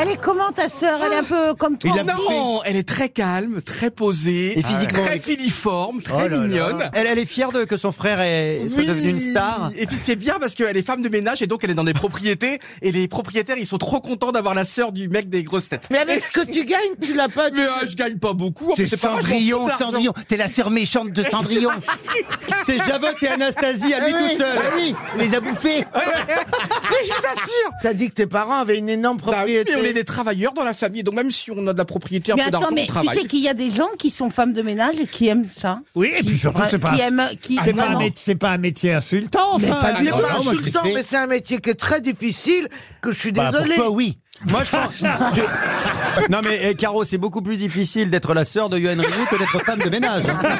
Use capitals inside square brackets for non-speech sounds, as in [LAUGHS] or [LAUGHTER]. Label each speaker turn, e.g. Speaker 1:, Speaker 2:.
Speaker 1: Elle est comment ta sœur Elle est un peu comme toi.
Speaker 2: Il a
Speaker 1: en vie
Speaker 2: non, elle est très calme, très posée,
Speaker 3: Et physiquement,
Speaker 2: très
Speaker 3: elle-
Speaker 2: filiforme,
Speaker 3: Oh
Speaker 2: très
Speaker 3: là là.
Speaker 2: mignonne.
Speaker 3: Elle, elle est fière de que son frère est soit
Speaker 2: Oui.
Speaker 3: devenu une star.
Speaker 2: Et puis c'est bien parce qu'elle est femme de ménage et donc elle est dans des propriétés et les propriétaires ils sont trop contents d'avoir la sœur du mec des grosses têtes.
Speaker 4: Mais avec ce que tu gagnes, tu l'as pas.
Speaker 2: Mais ah, je gagne pas beaucoup. en
Speaker 5: C'est
Speaker 2: fait, pas grave, je m'en fous
Speaker 5: Cendrillon,
Speaker 2: de l'argent.
Speaker 5: Cendrillon. T'es la sœur méchante
Speaker 3: [LAUGHS]
Speaker 5: de Cendrillon. Ah
Speaker 3: C'est Javotte et Anastasie à lui tout seul.
Speaker 5: Il les a bouffés.
Speaker 3: Ah
Speaker 2: Mais je vous assure.
Speaker 4: Ah. T'as dit que tes parents avaient une énorme
Speaker 2: Bah oui,
Speaker 4: propriété.
Speaker 2: mais on est des travailleurs dans la famille, donc même si on a de la propriété, un
Speaker 1: Mais
Speaker 2: peu
Speaker 1: attends,
Speaker 2: d'argent, on
Speaker 1: mais tu
Speaker 2: travaille.
Speaker 1: sais qu'il y a des gens qui sont femmes de ménage et qui aiment ça.
Speaker 5: Oui, et puis surtout,
Speaker 1: Vra-
Speaker 5: c'est pas,
Speaker 1: Qui aiment, qui
Speaker 5: c'est pas un
Speaker 1: vraiment.
Speaker 5: métier, c'est pas un métier insultant,
Speaker 1: Mais
Speaker 5: enfin.
Speaker 1: pas
Speaker 4: Mais
Speaker 1: du
Speaker 4: pas
Speaker 2: Ah, non, moi, je
Speaker 4: insultant,
Speaker 2: l'ai fait.
Speaker 4: mais c'est un métier qui est très difficile, que je suis
Speaker 5: Bah,
Speaker 4: désolé.
Speaker 5: pourquoi oui
Speaker 3: Moi, je
Speaker 5: [LAUGHS]
Speaker 3: pense. je- Non, mais eh, Caro, c'est beaucoup plus difficile d'être la sœur de Yoann Ryu que d'être femme de ménage. hein.